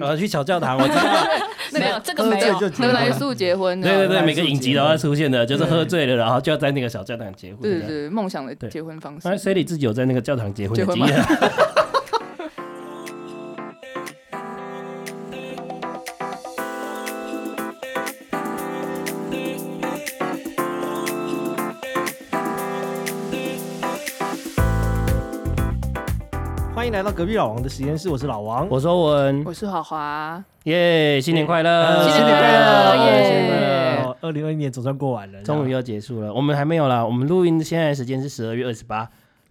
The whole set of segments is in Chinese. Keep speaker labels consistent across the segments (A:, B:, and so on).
A: 呃，去小教堂，我知道，
B: 没有这个没
C: 呃对
B: 有
C: 就，
A: 结婚
C: 那来速结婚的，
A: 对对对，
C: 来
A: 每个影集都会出现的，就是喝醉了，然后就要在那个小教堂结婚。
C: 对对
A: 这样。
C: 对，梦想的
A: 对
C: 结婚方
A: 哎，
C: 式。
A: 所以你自己有在那个教堂结婚的
C: 结婚
A: 经验？
D: 欢迎来到隔壁老王的实验室，我是老王。
A: 我说文，
C: 我是华华，
A: 耶，新年快 乐，
C: 新年快乐耶
A: 新年快乐！
D: 哦，二零二一年总算过完了，
A: 终于要结束了，我们还没有啦，我们录音现在的时间是十二月二十八，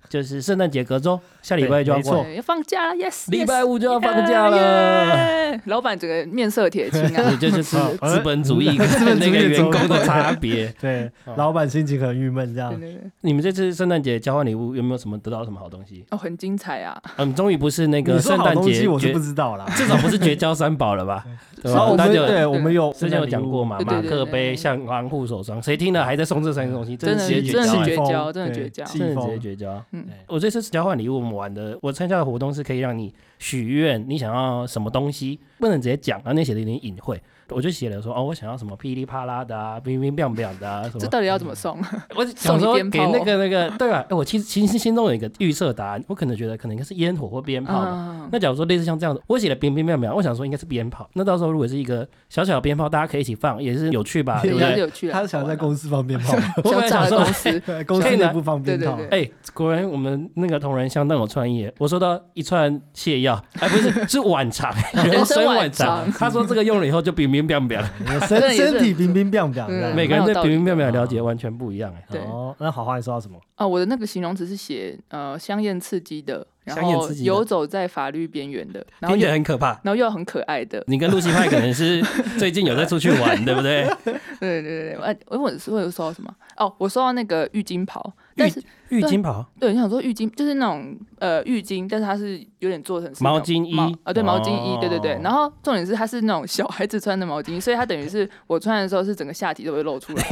A: 就是圣诞节隔周，下礼拜就要
D: 对没错
A: 过，
C: 对，要放假了，yes，哎
A: 礼拜
C: 五
A: 五就要放假了。
C: 老板整个面色铁青啊，
A: 对，这就是
D: 好
A: 资本主义跟那个员工的差别。
D: 对
A: 好，
D: 老板心情很郁闷，这样
C: 对对对，
A: 你们这次圣诞节交换礼物有没有什么得到什么好东西？
C: 哦，很精彩啊，
A: 嗯，终于不是那个
D: 你说
A: 圣
D: 好
A: 诞
D: 东
A: 节
D: 西我是
A: 绝
D: 不，知道啦。
A: 至少不是绝交三宝了 吧？对
D: 然后
A: 吧？
D: 我
A: 大
D: 们
A: 家有
D: 对，我们有
A: 之前有讲过嘛，
C: 对对
A: 马
C: 对
A: 克
C: 对
A: 杯、相框、护手霜，谁听了还在送这三个东西，
C: 真
A: 直
C: 的
A: 接
C: 是
A: 绝
C: 真的
A: 交
C: 是
A: 欸
C: 绝
D: 风
C: 交真的
D: 对
C: 绝交
D: 气
A: 真的直接
D: 风
A: 绝交。
C: 嗯
D: 对
A: 我这次交换礼物，我们玩的，我参加的活动是可以让你许愿，你想要什么东西，不能直接讲，然后那写的有点隐晦。我就写了说，哦，我想要什么噼里啪啦的啊，冰冰冰冰的啊，什
C: 这
A: 么。
C: 到底要怎么送？
A: 我想说
C: 送你鞭
A: 给
C: 炮哦
A: 那个那个，对吧、哎我其实其实心中有一个预设答案，我可能觉得可能应该是烟火或鞭炮嗯吧。
C: 啊，
A: 那假如说类似像这样的，我写了冰冰冰冰，我想说应该是鞭炮。那到时候如果是一个小小的鞭炮，大家可以一起放，也是有趣吧？对
C: 有
A: 不
C: 趣
A: 对？
C: 有趣啊，
D: 他想在公司放鞭炮，
A: 我本来
C: 想
A: 想
C: 炸的
A: 说
C: 公，司，
D: 对公司内部放鞭炮
C: 对，对
A: 哎、果然我们那个同仁相当有创意耶。我收到一串泻药，哎，不是，是碗 肠，人
C: 人
A: 参
C: 参
A: 碗
C: 碗
A: 肠。
C: 肠
A: 他说这个用了以后就冰冰冰冰，
C: 这也
D: 身
C: 是
D: 身体冰冰冰冰
C: 嗯
D: 的。
A: 每个人对
C: 蛮有道
A: 冰
C: 理啊
A: 冰冰冰了解完全不一样哎。
C: 对
D: 哦，那好话你说到什么？
C: 啊，我的那个形容词是写呃香艳刺激的，然
A: 香艳
C: 后
A: 刺激的
C: 游走在法律边缘的，然后
A: 听起
C: 又
A: 来很可怕。
C: 然后又很可爱的，
A: 你跟露西派可能 是最近有在出去玩，对不对？
C: 对对对对，哎，我我是我有收到什么？哦，我收到那个浴巾袍，但是
A: 浴巾 袍、
C: 对，你想说浴巾就是那种呃浴巾，但是它是有点做成是那
A: 毛
C: 种
A: 巾衣
C: 毛啊，对，毛巾衣，对对
A: 哦
C: 对。然后重点是它是那种小孩子穿的毛巾衣，所以它等于是我穿的时候是整个下体都会 露出来，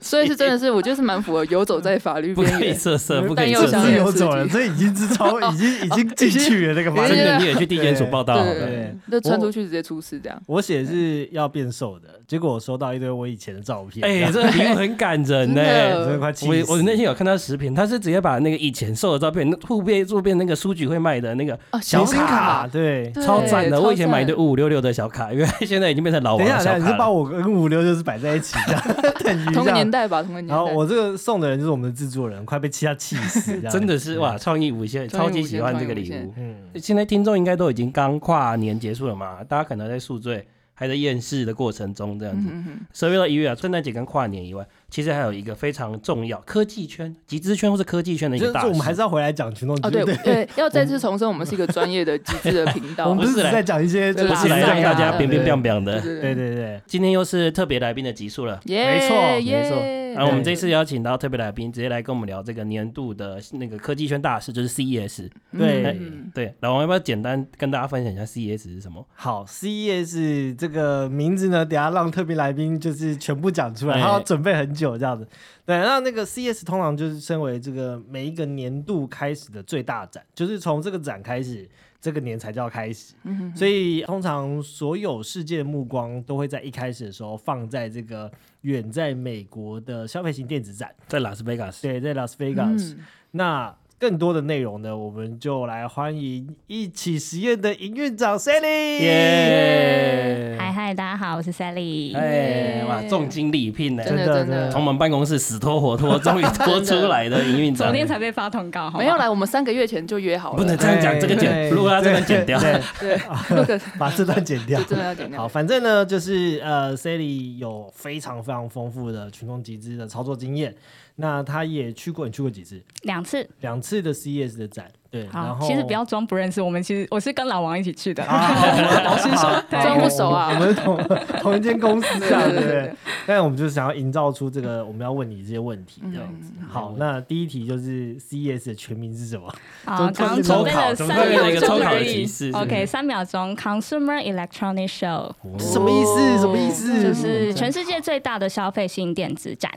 C: 所以是真的是我觉得是蛮符合游走在法 律
A: 不
C: 边
A: 可以
C: 缘。嗯
A: 色色，不可以
C: 但又
A: 色
D: 这
C: 想
A: 色
D: 是
C: 也。
D: 游走
C: 刺
D: 了，
C: 激
D: 这已经是超，已经已经进去了那个
C: 已
D: 房
C: 经
A: 真的，
D: 间。
A: 你也去地检署报道好
C: 对
A: 了。
C: 对对，就穿出去直接出事这样。
D: 我写是要变瘦的，结果我收到一堆我以前的照片，
A: 哎、
D: 然后
A: 这个礼物很感 人呢、
C: 真的
D: 真的快气
A: 我
D: 死。
A: 我那天有看到食品，他是直接把那个以前瘦的照片，那后边后边那个书局会卖的那个
C: 啊，
A: 哦小
D: 明星
C: 卡
D: 卡，对。
C: 对
A: 超赞的，
C: 超
A: 我以前买一
C: 赞
A: 堆五五六六的小卡，因为现在已经变成老
D: 等
A: 王
D: 一下，
A: 的小
D: 等一下，你
A: 卡
D: 是把
A: 了。
D: 我跟五六就是摆在一起，这样等于
C: 同
D: 这
C: 个年
D: 样。
C: 代吧，同个年代。
D: 然后我这个送的人就是我们的制作人，快被气他气死，这 样
A: 真的是哇，，创意无限，
C: 创意
A: 超
C: 无限
A: 级喜欢这个礼
C: 创意
A: 物
C: 无。
D: 嗯，
A: 现在听众应该都已经刚跨年结束了嘛，大家可能还在宿醉，还在厌世的过程中这样
C: 嗯
A: 子。
C: 嗯嗯，
A: 十二月到一月啊，圣诞节跟跨年以外，其实还有一个非常重要科技圈、集资圈或是科技圈的一
D: 就
A: 个
D: 是
A: 大事。
D: 我们还是要回来讲群众
C: 哦
D: 集
C: 对
D: 会，
C: 对，要再次重申，我们是一个专业的、极致的频
D: 我
C: 道
D: 们。
A: 不
D: 不
A: 是
D: 是只
A: 来
D: 在讲一些
C: 对
A: 不
C: 啦
A: 是来让大家
C: 对
A: 变
C: 对
A: 变
C: 对
A: 变变的。
C: 对
D: 对对对，
A: 今天又是特别来宾的集数了。
C: 耶，
D: 没错
C: 耶
A: 没错然后我们这次邀请到特别来宾，直接来跟我们聊这个年度的那个科技圈大事，就是 CES。
D: 对
C: 嗯
A: 对，老王要不要简单跟大家分享一下 CES 是什么？
D: 好，CES 这个名字呢，等一下让特别来宾就是全部讲出来，
A: 哎
D: 他要准备很久这样子。对，那那个 CES 通常就是身为这个每一个年度开始的最大展，就是从这个展开始，这个年才叫开始。
C: 嗯
D: 所以通常所有世界的目光都会在一开始的时候放在这个远在美国的消费型电子展，
A: 在拉斯维加斯。
D: 对，在 Las
C: 嗯
D: Vegas。那更多的内容呢，我们就来欢迎一起实验的营运长 Sally。
A: 耶！
E: 嗨嗨，大家好，我是 Sally。
A: 哎，哇，重金礼聘呢，
C: 真的
D: 真的
C: 真
D: 真的
A: 从
C: 的
A: 我们办公室死拖活拖，终于拖出来的营运
E: 昨
A: 长。
E: 天才被发通告，好
C: 没有来，我们三个月前就约好了，
A: 不能这样讲，这个剪，
E: 哎
D: 对
A: 如果他这段剪掉，
D: 对 对
C: 对，这个
D: 把这段剪 掉
C: 就。真的要剪
D: 好，
C: 掉。
D: 反正呢，就是呃，Sally 有非常非常丰富的群众集资的操作经验。那他也去过，你去过几次？
E: 两次。
D: 两次的 CES 的展，对。然
E: 好，
D: 后啊
E: 其实不要装不认识，我们其实我是跟老王一起去 的。
D: 好新手，
C: 真不熟啊
D: 我们是同同一间公司
C: 对
D: 啊，
C: 对
D: 对不
C: 对
D: 对
C: 对？
D: 但我们就是想要营造出这个，我们要问你这些问题这样子。嗯好，那第一题就是 CES 的全名是什么？
E: 好，
D: 中
E: 刚准备了
A: 中考中
E: 三
A: 考有一
E: 秒
A: 个中
E: 钟
A: 考
E: 而
A: 的提
E: 已
A: 示。
E: OK，三秒钟，Consumer Electronic Show
A: 哦
D: 什么意思？什么意思？
E: 就是全世界最大的消费性电子展。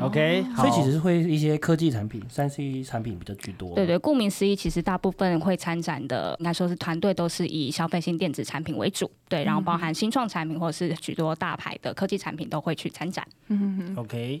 D: OK，
A: 所以
D: 好
A: 其实会一些科技产品、三 C 产品比较居多。
E: 对，对，顾名思义，其实大部分会参展的，应该说是团队都是以消费性电子产品为主，对，然后包含新创产品或者是许多大牌的科技产品都会去参展。
D: OK，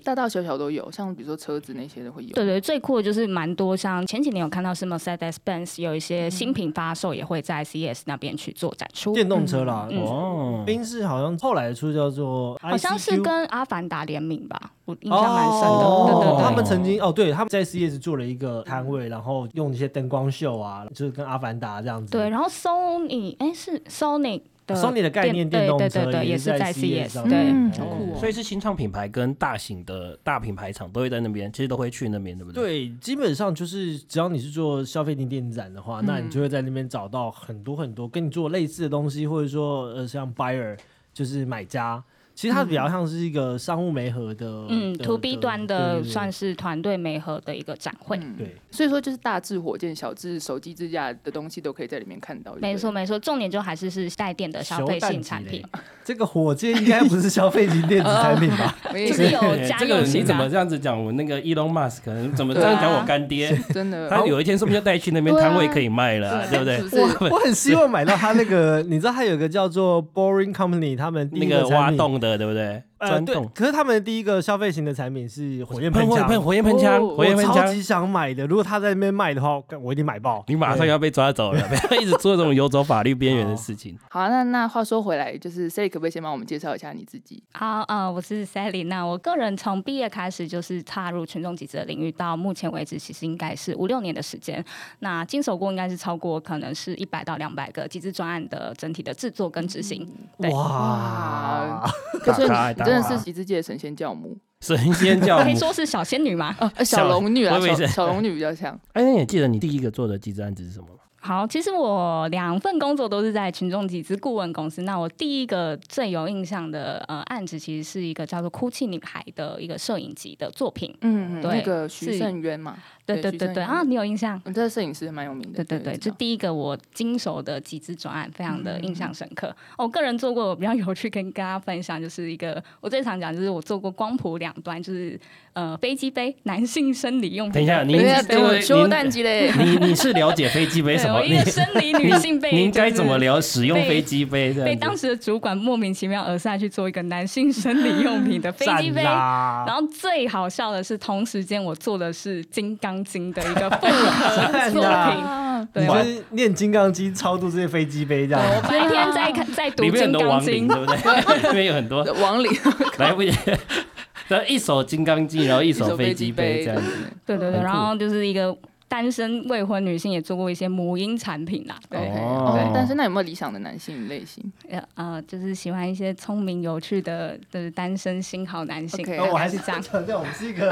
C: 嗯 大大小小都有，像比如说车子那些的会有。
E: 对对，最酷的就是蛮多，像前几年有看到是 Mercedes-Benz 有一些新品发售也会在 CES 那边去做展出，
D: 嗯电动车啦，
E: 嗯
A: 哦，
D: 宾士好像后来的出叫做 ICQ，
E: 好像是跟阿凡达联名吧，我印象蛮深的。
D: 哦
E: 对对对，
D: 他们曾经哦，对，他们在 CES 做了一个摊位，然后用一些灯光秀啊，就是跟阿凡达这样子。
E: 对，然后 Sony 哎是 Sony 的
D: 哦 Sony 的概念
E: 电
D: 电动
E: 对
D: 车
E: 对对对，也
D: 也
E: 是 E
D: 在 E
E: CES
D: 上
E: 对。
D: 面
C: 嗯好酷哦
A: 所以是新创品牌跟大型的大品牌厂都会在那边，其实都会去那边，对不对？
D: 对，基本上就是只要你是做消费型电子展的话，那你
E: 嗯
D: 就会在那边找到很多很多跟你做类似的东西，或者说呃像 buyer 就是买家，其实它比较像是一个商务媒合的，
E: 嗯
D: 的
E: ，to B 端的算
D: 是
E: 是团队媒合的一个展会。
C: 嗯
D: 对，
C: 所以说就是大至火箭、小至手机支架的东西都可以在里面看到。
E: 没错，没错，重点就还是是带电的消费性产品，
D: 这个火箭应该不是消费型电子产品 吧？
C: 我
A: 嗯
C: 也
E: 就是有
A: 对
E: 家
A: 哎这个
E: 用
A: 你
E: 型
A: 怎么
E: 的。
A: 这样子讲？我那个 Elon Musk 怎么这
C: 啊
A: 样讲我干爹？
C: 真的。
A: 他有一天说不定就带去那边摊位
C: 啊对啊
A: 可以卖了啊，对不对
C: 是？不是？
E: 呃
D: 我很希望买到他那个，你知道他有个叫做 Boring Company，他们第
A: 那
D: 一
A: 个
D: 产
A: 挖
D: 品，
A: 洞的，对不对？
D: 呃，
A: 钻
D: 对
A: 洞，，
D: 可是他们第一个消费型的产品是火焰
A: 喷
D: 喷
A: 火
D: 枪，
A: 喷火焰喷枪，
C: 哦
A: 火焰
D: 我
A: 喷
D: 超
A: 枪，
D: 级想买的。如果他在那边卖的话，干我一定买爆。
A: 你马上要被抓走了，不要一直做这种游走法律边缘的事情。
C: 好啊、那那话说回来，就是 Sally 可不可以先帮我们介绍一下你自己？
E: 好，呃，我是 Sally。那我个人从毕业开始就是踏入群众集资的领域，到目前为止其实应该是五六年的时间。那经手过应该是超过可能是一百到两百个集资专案的整体的制作跟执行。对
D: 哇，
C: 可是你
A: 大咖
C: 你真的
A: 大咖
C: 是集资界的神仙教母，
A: 神仙教
E: 可
C: 哎
E: 以
A: 母，
E: 说是小仙女吗？
C: 呃小龙女啊，
A: 我以为
C: 小
A: 是
C: 小龙女比较 像。
A: 哎，那你记得你第一个做的集资案子是什么吗？
E: 好，其实我两份工作都是在群众集资顾问公司。那我第一个最有印象的呃案子，其实是一个叫做《哭泣女孩》的一个摄影集的作品。
C: 嗯，
E: 对
C: 那个徐
E: 是
C: 胜渊嘛，
E: 对对
C: 徐
E: 对
C: 胜
E: 对
C: 渊
E: 啊，你有印象？
C: 嗯，这个摄影师蛮有名的。
E: 对对对，
C: 知
E: 这
C: 道
E: 第一个我经手的集资专案，非常的印象深刻。哦我个人做过我比较有趣，跟跟大家分享，就是一个我最常讲，就是我做过光谱两端，就是呃飞机杯男性生理用品。
A: 等一下，您
C: 等一下，
A: 这
C: 等我
A: 个
C: 修蛋
A: 您
C: 机嘞。
A: 你你是了解飞机杯什
E: 对，
A: 么？
E: 我一个
A: 你
E: 生理女性被
A: 您该怎
E: 就是
A: 么聊使用
E: 被
A: 飞机杯这
E: 被
A: 样子
E: 当？时的主管莫名其妙而下去做一个男性生理用品的飞机
D: 赞
E: 杯。
D: 啦
E: 然后最好笑的是，同时间我做的是《金刚经》的一个复合作品。
C: 啊
E: 对，
D: 你
E: 我
D: 就是念《金刚经》超度这些飞机杯这
E: 对我
D: 样。
E: 白天在看在读
A: 里
E: 《
A: 面
E: 金
A: 很多
E: 刚
A: 亡
E: 经
A: 灵，》，对不对？里面有很多
C: 王林，
A: 来不及，然后一手金刚经，然后一
C: 一
A: 手
C: 手
A: 飞
C: 飞
A: 机
C: 机
A: 杯
C: 杯
A: 这样子。
E: 对对
A: 很
E: 对，
A: 酷
E: 然后就是一个单身未婚女性也做过一些母婴产品啦，
C: 对，
A: 哦
C: 对但是那有没有理想的男性类型？
E: 呃呃，就是喜欢一些聪明有趣的，就是单身新好男性
C: OK
E: 大概
D: 哦我还
E: 是
D: 是
E: 这样。
D: 强调我们是 一个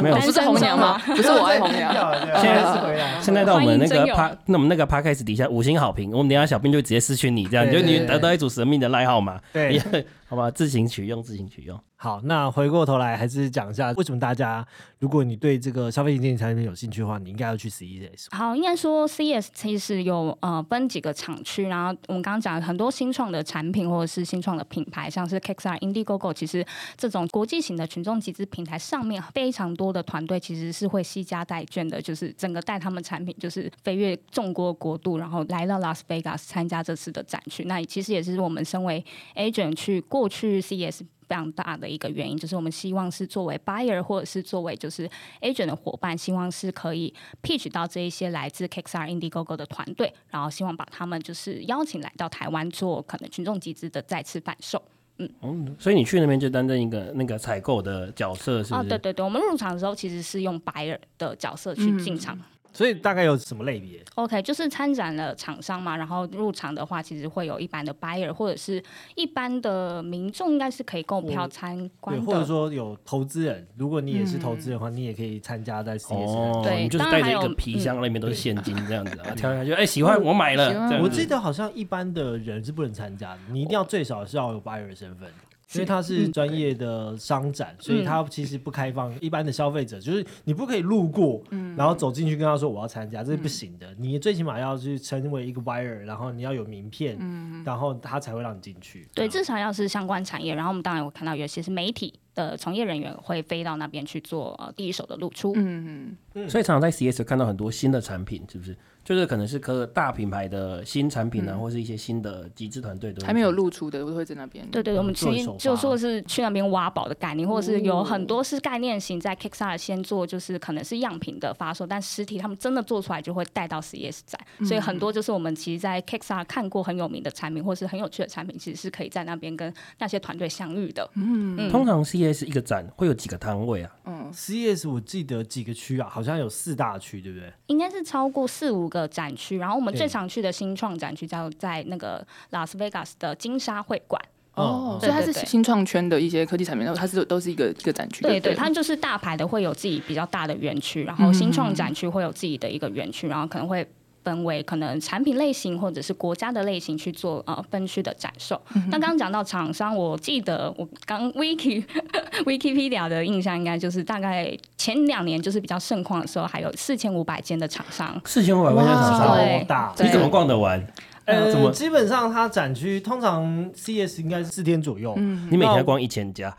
A: 没有
E: 单
C: 不是
E: 身
C: 红娘
E: 中
C: 吗
E: 啊？
C: 不是我爱红
D: 低
C: 娘。
D: 调 的，对
A: 现在
D: 还是回来。
A: 现在到我们那
E: 欢
A: 个
E: 迎真友
A: 趴，那我们那个趴开始底下五星好评，我们等一下小编就直接私讯你，这样你就
D: 对
A: 你
C: 对对
A: 得到一组神秘的赖号码，
D: 对，
A: 好吧？自行取用，自行取用。
D: 好，那回过头来还是讲一下为什么大家，如果你对这个消费型电子产品有兴趣的话，你应该要去 CES。
E: 好，应该说 CES 其实有呃分几个厂区，然后我们刚刚讲很多新创的产品或者是新创的品牌，像是 Kickstarter、Indiegogo，其实这种国际型的群众集资平台上面非常多的团队其实是会惜家带眷的，就是整个带他们产品就是飞越众多国度，然后来到 Las Vegas 参加这次的展区。那其实也是我们身为 agent 去过去 CES。非常大的一个原因就是，我们希望是作为 buyer 或者是作为就是 agent 的伙伴，希望是可以 pitch 到这一些来自 Kickstarter、Indiegogo 的团队，然后希望把他们就是邀请来到台湾做可能群众集资的再次贩售。
A: 嗯，所以你去那边就担任一个那个采购的角色，是
E: 哦，
A: 不
E: 对
A: 是？
E: 对对，我们入场的时候其实是用 buyer 的角色去进场。
D: 所以大概有什么类别？
E: OK，就是参展了厂商嘛，然后入场的话，其实会有一般的 buyer 或者是一般的民众，应该是可以购票参观
D: 对，
E: 的。嗯
D: 或者说有投资人，如果你也是投资人的话，你也可以参加在 CES 的。
A: 哦，
E: 对
A: 你就是
E: 当
A: 带
E: 然
A: 着
E: 还
A: 一
E: 有
A: 个皮箱，那里面都是现金这样子，然后挑下去，哎，喜欢我买了
C: 喜欢。
A: 这样
D: 我
A: 子
D: 记得好像一般的人是不能参加的，你一定要最少是要有 buyer 的身份，因为它是专业的商展，所以它其实不开放一般的消费者，就是你不可以路过，然后走进去跟他说我要参加，这是不行的。你最起码要去成为一个 buyer，然后你要有名片，然后他才会让你进去。啊
E: 对，至少要是相关产业。然后我们当然有看到有些是媒体。的从业人员会飞到那边去做呃第一手的露出。
C: 嗯，
A: 所以常常在 CS 看到很多新的产品，是不是？就是可能是各大品牌的新产品啊，
C: 嗯
A: 或是一些新的集资团队都会
C: 还没有
A: 做
C: 露出的，我都会在那边。
E: 对对对，我们
D: 呃做哦
E: 其实
D: 首发
E: 就说是去那边挖宝的概念，或者是有很多是概念型在 Kickstarter 先做，就是可能是样品的发售，但实体他们真的做出来就会带到 CES 展，所以
D: 嗯
E: 很多就是我们其实，在 Kickstarter 看过很有名的产品，或是很有趣的产品，其实是可以在那边跟那些团队相遇的。嗯
A: 通常 CS 一个展会有几个摊位啊？
C: 嗯，
D: CES E 我记得几个区啊，好像有四大区，对不对？
E: 应该是超过四五个展区，然后我们
D: 对
E: 最常去的新创展区叫在那个拉斯维加斯的金沙会馆。
D: 嗯
C: 哦，所
E: 对
C: 以它是
E: 对对
C: 新创圈的一些科技产品，然后它是都是一个一个展区。对
E: 对对，
C: 了，
E: 它就是大牌的会有自己比较大的园区，然后新创
A: 嗯
E: 展区会有自己的一个园区，然后可能会。分为可能产品类型或者是国家的类型去做呃分区的展售。
A: 嗯
E: 那刚刚讲到厂商，我记得我刚 Wiki Wikipedia 的印象应该就是大概前两年就是比较盛况的时候，还有四千五百间的厂商。
A: 四千五百万家厂
C: 哇
A: 商，
E: 对
D: 超大。
E: 对
A: 你怎么逛得完？
D: 呃，
A: 怎么
D: 基本上它展区通常 CES 应该是四天左右，
C: 嗯
A: 你每
D: 那
A: 天逛一千家，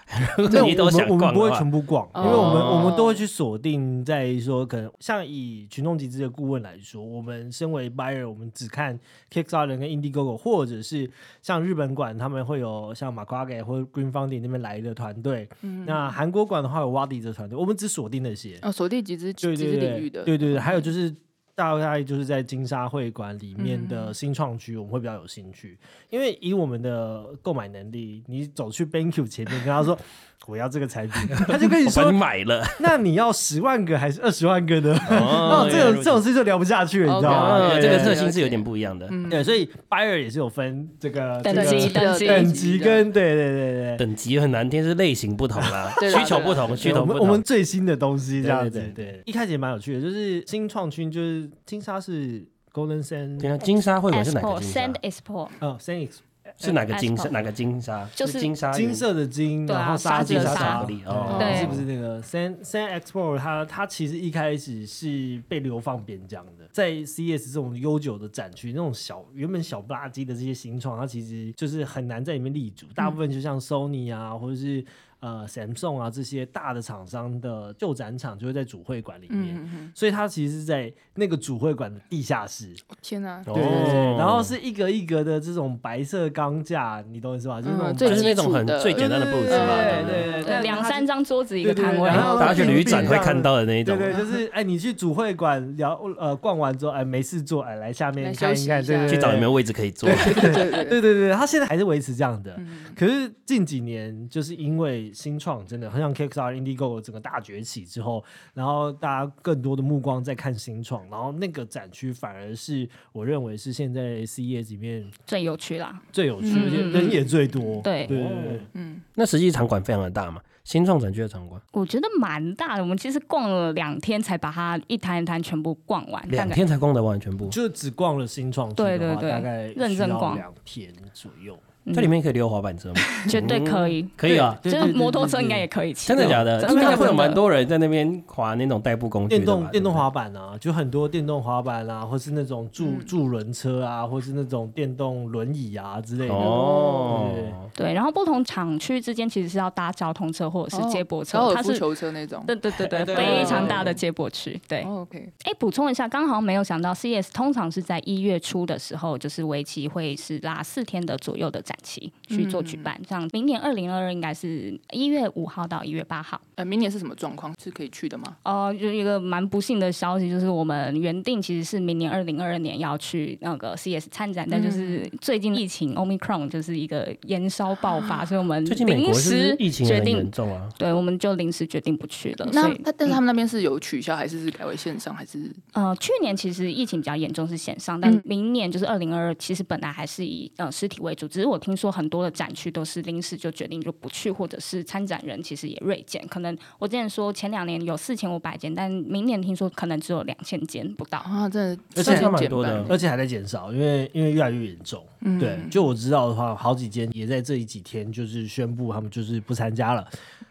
D: 对，
A: 你都想
D: 我们我们
A: 逛
D: 不会
A: 的话
D: 全，部逛，
C: 哦
D: 因为我们我们都会去锁定在说，可能像以群众集资的顾问来说，我们身为 buyer，我们只看 Kickstarter 跟 Indiegogo，或者是像日本馆他们会有像 m a c a g e 或 Green Funding 那边来的团队，那韩国馆的话有 Wadi 的团队，我们只锁定那些，
C: 哦，锁定集资集
D: 对对
C: 资
D: 对，
C: 领域的，
D: 对对对，还有就是。大概就是在金沙会馆里面的新创区，我们会比较有兴趣，因为以我们的购买能力，你走去 BenQ 前面跟他说我要这个产品，他就跟你
A: 我帮
D: 说
A: 你，买了。
D: 那你要十万个还是二十万个呢？
A: 哦
D: 那这种这种事就聊不下去了，你知道吗？
C: OK，OK，
A: 啊
D: 哦对
A: 这个
D: 对
A: 特性是有点不一样的，
D: 对，所以 buyer 也是有分这个
E: 等
D: 这个
E: 级等级
D: 等级跟对对对对
A: 等级很难听，是类型不同啦，
C: 对啦
A: 需求不同，需
D: 对，
A: 求
D: 我
A: 不
D: 们我们
A: 同。
D: 最新的东西这样子，
A: 对对
D: 对一开始也蛮有趣的，就是新创区就是金沙是 Golden Sand
A: 你看啊金沙会馆是哪个
E: Export
A: 金沙
E: Send？Export
D: 哦 s a n
A: 是哪个金沙？
E: Asphalt
A: 哪个金沙？
E: 就是
A: 金沙
D: 金色的金，
E: 对啊
D: 然后
E: 沙子
D: 金
E: 的
D: 沙
E: 沙
D: 巧克力
A: 力哦
E: 对
D: 是不是那个 San San Export？它它其实一开始是被流放边疆的，在 CES 这种悠久的展区，那种小原本小不拉几的这些新创，它其实就是很难在里面立
E: 嗯
D: 足。大部分就像 Sony 啊，或者是呃 Samsung 啊这些大的厂商的旧展场，就会在主会馆里面。
C: 嗯，
D: 所以它其实是在那个主会馆的地下室，
C: 天哪，
A: 哦
D: 对对对，然后是一格一格的这种白色钢架，你懂我意思吧？就是那种
C: 嗯
A: 就
C: 最
A: 是那
C: 基
A: 种
C: 础
A: 很
C: 的
A: 最简单的布置嘛，
D: 对
A: 不
D: 对对，
E: 两三张桌子一个
D: 对对
E: 摊
D: 对
E: 位，
D: 然后
A: 大家去旅展会看到的那一
D: 对
A: 种。
D: 对，就是哎，你去主会馆聊呃逛完之后，哎没事做，哎来下面
C: 来
D: 看
C: 休息
D: 看，
C: 一
D: 对
C: 下
D: 对，
A: 去找有没
D: 有？
A: 有位置可以坐。
C: 对对对对，
D: 对对对，他现在还是维持这样的。
C: 嗯
D: 可是近几年，就是因为新创真的很像 Kickstarter、Indiegogo 整个大崛起之后，然后大家更多的目光在看新创，然后那个展区反而是我认为是现在 CES 里面
E: 最有趣啦。
D: 最有趣，
C: 嗯
D: 而且人也最多。
E: 对
D: 对对对，
C: 嗯，
A: 那实际场馆非常的大嘛，新创展区的场馆
E: 我觉得蛮大的，我们其实逛了两天才把它一摊一摊全部逛完，大
A: 两
E: 概
A: 天才逛得完全部，
D: 就只逛了新创区的
E: 对对
D: 话
E: 对
D: 大概
E: 认
D: 需
E: 真
D: 要
E: 逛
D: 两天左右。
E: 嗯
A: 这里面可以溜滑板车吗？
E: 绝对可以，
A: 可以啊，
D: 对
E: 就
D: 对
E: 是
D: 对
E: 摩托车
D: 对对
E: 应该也可以骑。
A: 真的假的？
E: 真
A: 应
E: 的
A: 该会有
E: 真的
A: 蛮多人在那边滑那种代步工具
D: 电
A: 的吧
D: 动电动滑板啊，就很多电动滑板啊，或是那种助
E: 嗯
D: 助轮车啊，或是那种电动轮椅啊之类的。
A: 哦，
E: 对，然后不同厂区之间其实是要搭交通车或者是接驳车，
C: 哦高尔
E: 它
C: 夫
E: 是
C: 球车那种。
E: 对对对对
A: 哎对
E: 非常大的接驳区。对，
C: 哦 OK，
E: 哎，补充一下，刚好没有想到，CES 通常是在一月初的时候，就是为期会是拉四天的左右的展期去做举
C: 嗯
E: 办。这样，明年二零二二应该是一月五号到一月八号。
C: 呃，明年是什么状况？是可以去的吗？
E: 哦，有一个蛮不幸的消息，就是我们原定其实是明年二零二二年要去那个 CS 参展，但就是
A: 嗯
E: 最近疫情 Omicron 就是一个延烧爆发，所以我们
A: 啊最近美
E: 临
A: 国是不
E: 时
A: 是疫情
E: 决
A: 很
E: 定
A: 严，重啊，
E: 对，我们就临时决定不去了。
C: 那啊
E: 所以嗯
C: 那但是他们那边是有取消，还是是改为线上，还是
E: 呃，去年其实疫情比较严重是线上，但
C: 嗯
E: 明年就是二零二二，其实本来还是以呃实体为主，只是我听说很多的展区都是临时就决定就不去，或者是参展人其实也锐减，可能我之前说前两年有四千五百间，但明年听说可能只有两千间不到。
C: 啊，真的
A: 而且
C: 瞬间
A: 还蛮
C: 减
A: 多的
C: 半
D: 而且还在减少，因为因为越来越严重。
C: 嗯
D: 对，就我知道的话，好几间也在这几天就是宣布他们就是不参加了，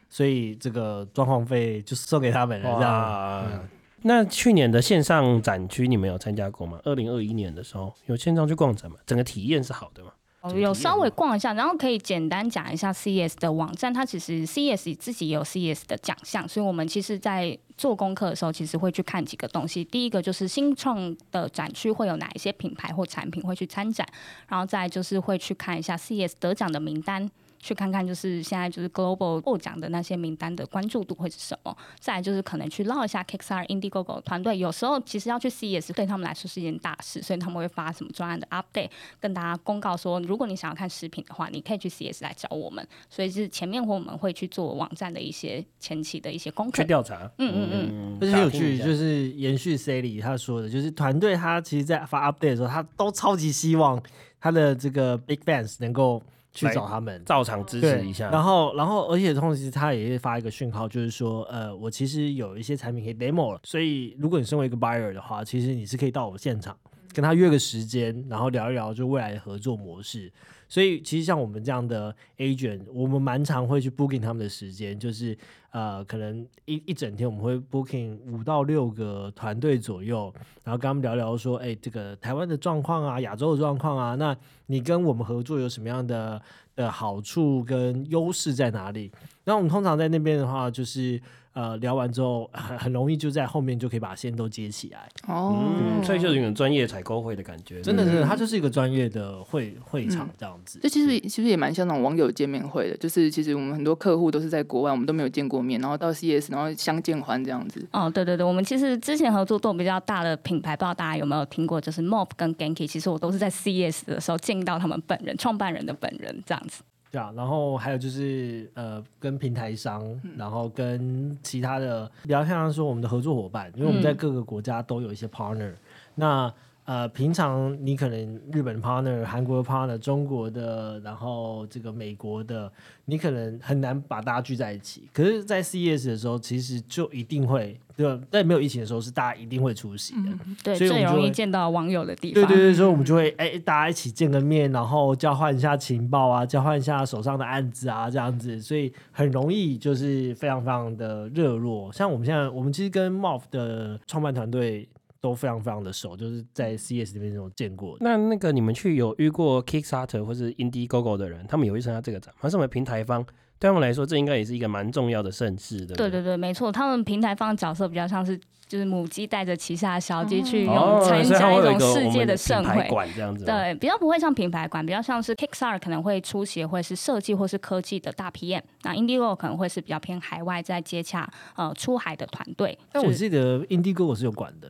D: 所以这个装潢费就送给他们了，这样。
A: 哇！那去年的线上展区你们有参加过吗？二零二一年的时候有线上去逛展吗？整个体验是好的吗？
E: 我哦有稍微逛一下，然后可以简单讲一下 CES 的网站。它其实 CES 自己也有 CES 的奖项，所以我们其实，在做功课的时候，其实会去看几个东西。第一个就是新创的展区会有哪一些品牌或产品会去参展，然后再来就是会去看一下 CES 得奖的名单。去看看，就是现在就是 global 获奖的那些名单的关注度会是什么？再来就是可能去捞一下 Kickstarter、Indiegogo 团队，有时候其实要去 CES 对他们来说是一件大事，所以他们会发什么专案的 update，跟大家公告说，如果你想要看食品的话，你可以去 CES 来找我们。所以是前面我们会去做网站的一些前期的一些功
A: 去
E: 课。
A: 调查，
E: 嗯嗯嗯，
A: 嗯
D: 而且很有趣，就是是延续 Sally 他说的，就是团队他其实，在发 update 的时候，他都超级希望他的这个 big fans 能够去
A: 来
D: 找他们。
A: 照常支持
D: 对
A: 一下，，
D: 然后，然后，而且同时他也会发一个讯号，就是说，呃，我其实有一些产品可以 demo 了，所以如果你身为一个 buyer 的话，呃其实你是可以到我现场跟他约个时间，然后聊一聊就未来的合作模式。所以其实像我们这样的 agent，我们蛮常会去 booking 他们的时间，就是呃，可能一一整天我们会 booking 五到六个团队左右，然后跟他们聊聊说，哎，这个台湾的状况啊，亚洲的状况啊，那你跟我们合作有什么样的的好处跟优势在哪里？那我们通常在那边的话，就是呃聊完之后，很很容易就在后面就可以把线都接起来。
C: 哦
A: 嗯，，所以就是有种专业采购会的感觉，
D: 真的
A: 对不
D: 是，它就是一个专业的会会场这样子。
C: 这其实其实也蛮像那种网友见面会的，就是其实我们很多客户都是在国外，我们都没有见过面，然后到 CS，然后相见欢这样子。
E: 哦，对对对，我们其实之前合作过比较大的品牌，不知道大家有没有听过，就是 MOP 跟 Genki，其实我都是在 CES 的时候见到他们本人，创办人的本人这样子。
D: 对啊，然后还有就是呃，跟平台商，然后跟其他的比较像说我们的合作伙伴，因为我们在各个国家都有一些 partner、那呃，平常你可能日本 partner、韩国 partner、中国的，然后这个美国的，你可能很难把大家聚在一起。可是，在 CES 的时候，其实就一定会，对吧？在没有疫情的时候，是大家一定会出席的。
E: 对，
D: 所以我
E: 最
D: 们就
E: 容易
D: 会
E: 见到网友的地
D: 对
E: 方。
D: 对对，所以我们就会哎、大家一起见个面，然后交换一下情报啊，交换一下手上的案子啊，这样子，所以很容易就是非常非常的热络。像我们现在，我们其实跟 MOF 的创办团队都非常非常的熟，就是在 CS 里面有见过的。
A: 那那个你们去有遇过 Kickstarter 或是 Indiegogo 的人，他们有去参加这个展吗，他是我们平台方，对他们来说这应该也是一个蛮重要的盛事，对不
E: 对
A: 对
E: 对对，没错，他们平台方的角色比较像是就是母鸡带着旗下的小鸡去
A: 哦
E: 用，参
A: 所以它
E: 加
A: 会
E: 一
A: 有
E: 种
A: 一个
E: 世
A: 我们
E: 界的
A: 的
E: 盛
A: 品牌
E: 会。
A: 馆这样子吗，
E: 对，比较不会像品牌馆，比较像是 Kickstarter 可能会出协会是设计或是科技的大 PM，那 Indigo 可能会是比较偏海外在接洽呃出海的团队。
D: 但我
E: 就是
D: 记得 Indigo 我是有管的，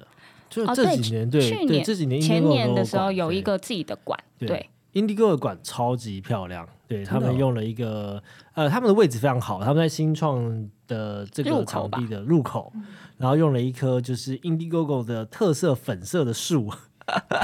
D: 就
E: 哦
D: 这
E: 对
D: 几年对
E: 去
D: 对
E: 年
D: 这几年 Indigo
E: 前年
D: 都
E: 的时候
D: 管
E: 有一
D: 对
E: 个自己的馆，
D: 对
E: 对
D: Indigo 的馆超级漂亮，对
A: 的
D: 他们
A: 哦
D: 用了一个呃，他们的位置非常好，他们在新创的这个
E: 入口
D: 场
E: 吧
D: 地的入口，然后用了一棵就是 Indiegogo 的特色粉色的树，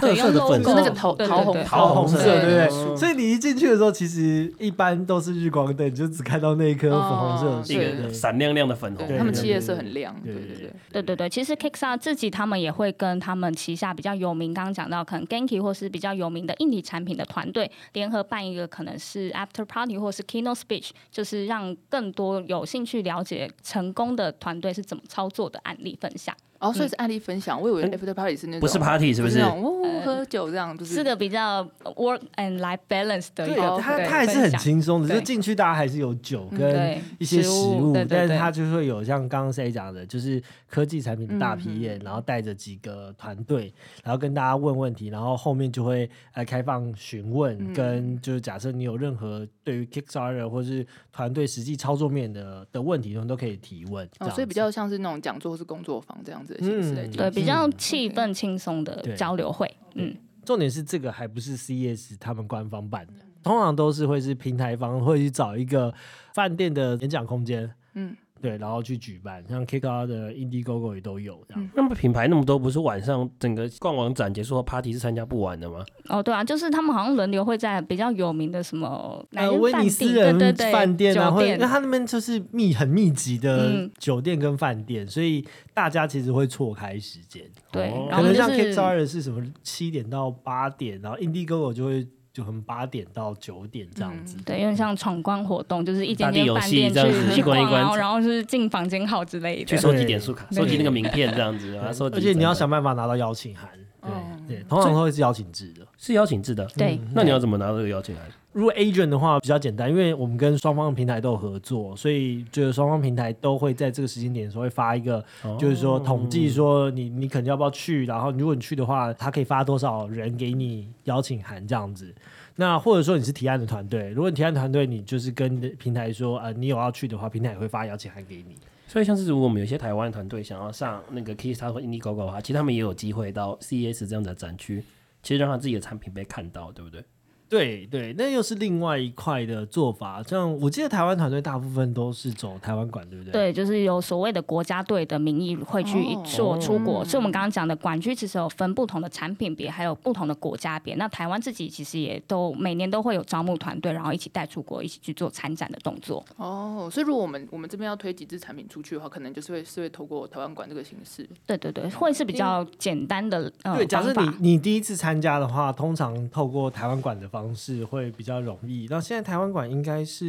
E: 对，用
D: 色的
E: logo，
D: 粉
C: 是那个桃
E: 对对
C: 桃
E: 对
C: 红
E: 对
A: 桃红
D: 色
A: 色
D: 对对
A: 的
D: 对，所以你一进去的时候，其实一般都是日光灯，你就只看到那一棵粉红色的
C: 哦
D: 树，
A: 一
D: 对
A: 个闪亮亮的粉红，
C: 对，
D: 对
C: 他们
D: 对
C: 企
D: 对
C: 业
D: 对
C: 色很亮，对
D: 对
C: 对
D: 对
C: 对。
E: 对对对，其
D: 嗯
E: 实 Kickstarter 自己他们也会跟他们旗下比较有名，刚刚讲到可能 Genki 或是比较有名的印尼产品的团队联合办一个可能是 After Party 或是 Keynote Speech，就是让更多有兴趣了解成功的团队是怎么操作的案例分享，
C: 哦，所以是案例分享，我以为 after party 是那
A: 嗯
C: 种
A: 不是 party 是不
C: 不
A: 是
C: 那？种哦喝酒这样，就是
E: 呃是个比较 work and life balance 的一
D: 对，啊
E: 个
D: 它
E: 对
D: 它还是很
E: 分享
D: 轻松的，
E: 对嗯
D: 就进去大家还是有酒跟
E: 对
D: 一些食物，
E: 对对
D: 但是
E: 对
D: 它就会有像刚刚 C 讲的，就是科技产品的大
C: 嗯
D: 批验，然后带着几个团队，然后跟大家问问题，然后后面就会呃开放询问，
C: 嗯
D: 跟就是假设你有任何对于 Kickstarter 或是团队实际操作面的的问题，你都可以提问。这
C: 哦，
D: 样
C: 所以比
D: 子
C: 较像是那种讲座或是工作坊这样子的形式来
D: 嗯
C: 进
E: 对
C: 行
E: 比较气氛轻松的
D: 对
E: 交流会，嗯。
D: 重点是这个还不是 CES 他们官方办的，
E: 嗯
D: 通常都是会是平台方会去找一个饭店的演讲空间，
C: 嗯，
D: 对，然后去举办，像 KKR 的 Indiegogo 也都有
E: 嗯
D: 这样。
A: 那么品牌那么多，不是晚上整个逛完展结束后 party 是参加不完的吗？
E: 哦，对啊，就是他们好像轮流会在比较有名的什么哪
D: 呃，
E: 间
D: 威
E: 饭
D: 尼斯
E: 店
D: 人
E: 对对对
D: 饭店啊，
E: 酒
D: 或者
E: 店
D: 那他那边就是密很密集的
E: 嗯
D: 酒店跟饭店，所以大家其实会错开时间，
E: 对
A: 哦，
E: 然
D: 可
E: 后
D: 能
E: 就
D: 像
E: 是
D: KKR 是什么七点到八点，然后 Indiegogo 就会就很八点到九点这样子。
E: 对，有点像闯关活动，就是一
A: 打
E: 间
A: 地
E: 间
A: 游
E: 饭
A: 戏
E: 店
A: 这样子
E: 去
A: 一
E: 去
A: 关
E: 逛，
A: 一关
E: 然后然后是进房间号之类
A: 去
E: 的。
A: 收集点数卡，收集那个名片这样子，然后收集。
D: 而且你要想，办法拿到邀请函，对。
C: 哦
D: 对，通常都会是邀请制的。
A: 是邀请制的。
E: 对，
A: 那你要怎么拿到这个邀请函？
D: 如果 agent 的话比较简单，因为我们跟双方的平台都有合作，所以就是双方平台都会在这个时间点的时候会发一个，
A: 哦
D: 就是说统计说你你可能要不要去，然后如果你去的话，他可以发多少人给你邀请函这样子。那或者说你是提案的团队，如果你提案团队，你就是跟平台说，呃，你有要去的话，平台也会发邀请函给你。
A: 所以像是如果我们有些台湾团队想要上那个 Kickstarter 或 Indiegogo 的话，其实他们也有机会到 CES 这样的展区，其实让他自己的产品被看到，对不对？
D: 对对，那又是另外一块的做法。像我记得台湾团队大部分都是走台湾馆，对不对？
E: 对，就是有所谓的国家队的名义会去
C: 哦
E: 做出国，所以我们刚刚讲的管区其实有分不同的产品别，还有不同的国家别。那台湾自己其实也都每年都会有招募团队，然后一起带出国，一起去做参展的动作。
C: 哦，所以如果我们我们这边要推几支产品出去的话，可能就是会是会透过台湾馆这个形式。
E: 对对对，会是比较简单的呃
D: 对，假设
E: 方
D: 你
E: 法
D: 你第一次参加的话，通常透过台湾馆的方式会比较容易。那现在台湾馆应该是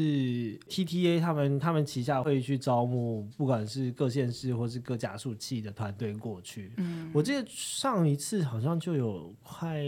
D: TTA 他们他们旗下会去招募，不管是各县市或是各加速器的团队过去。嗯，我记得上一次好像就有快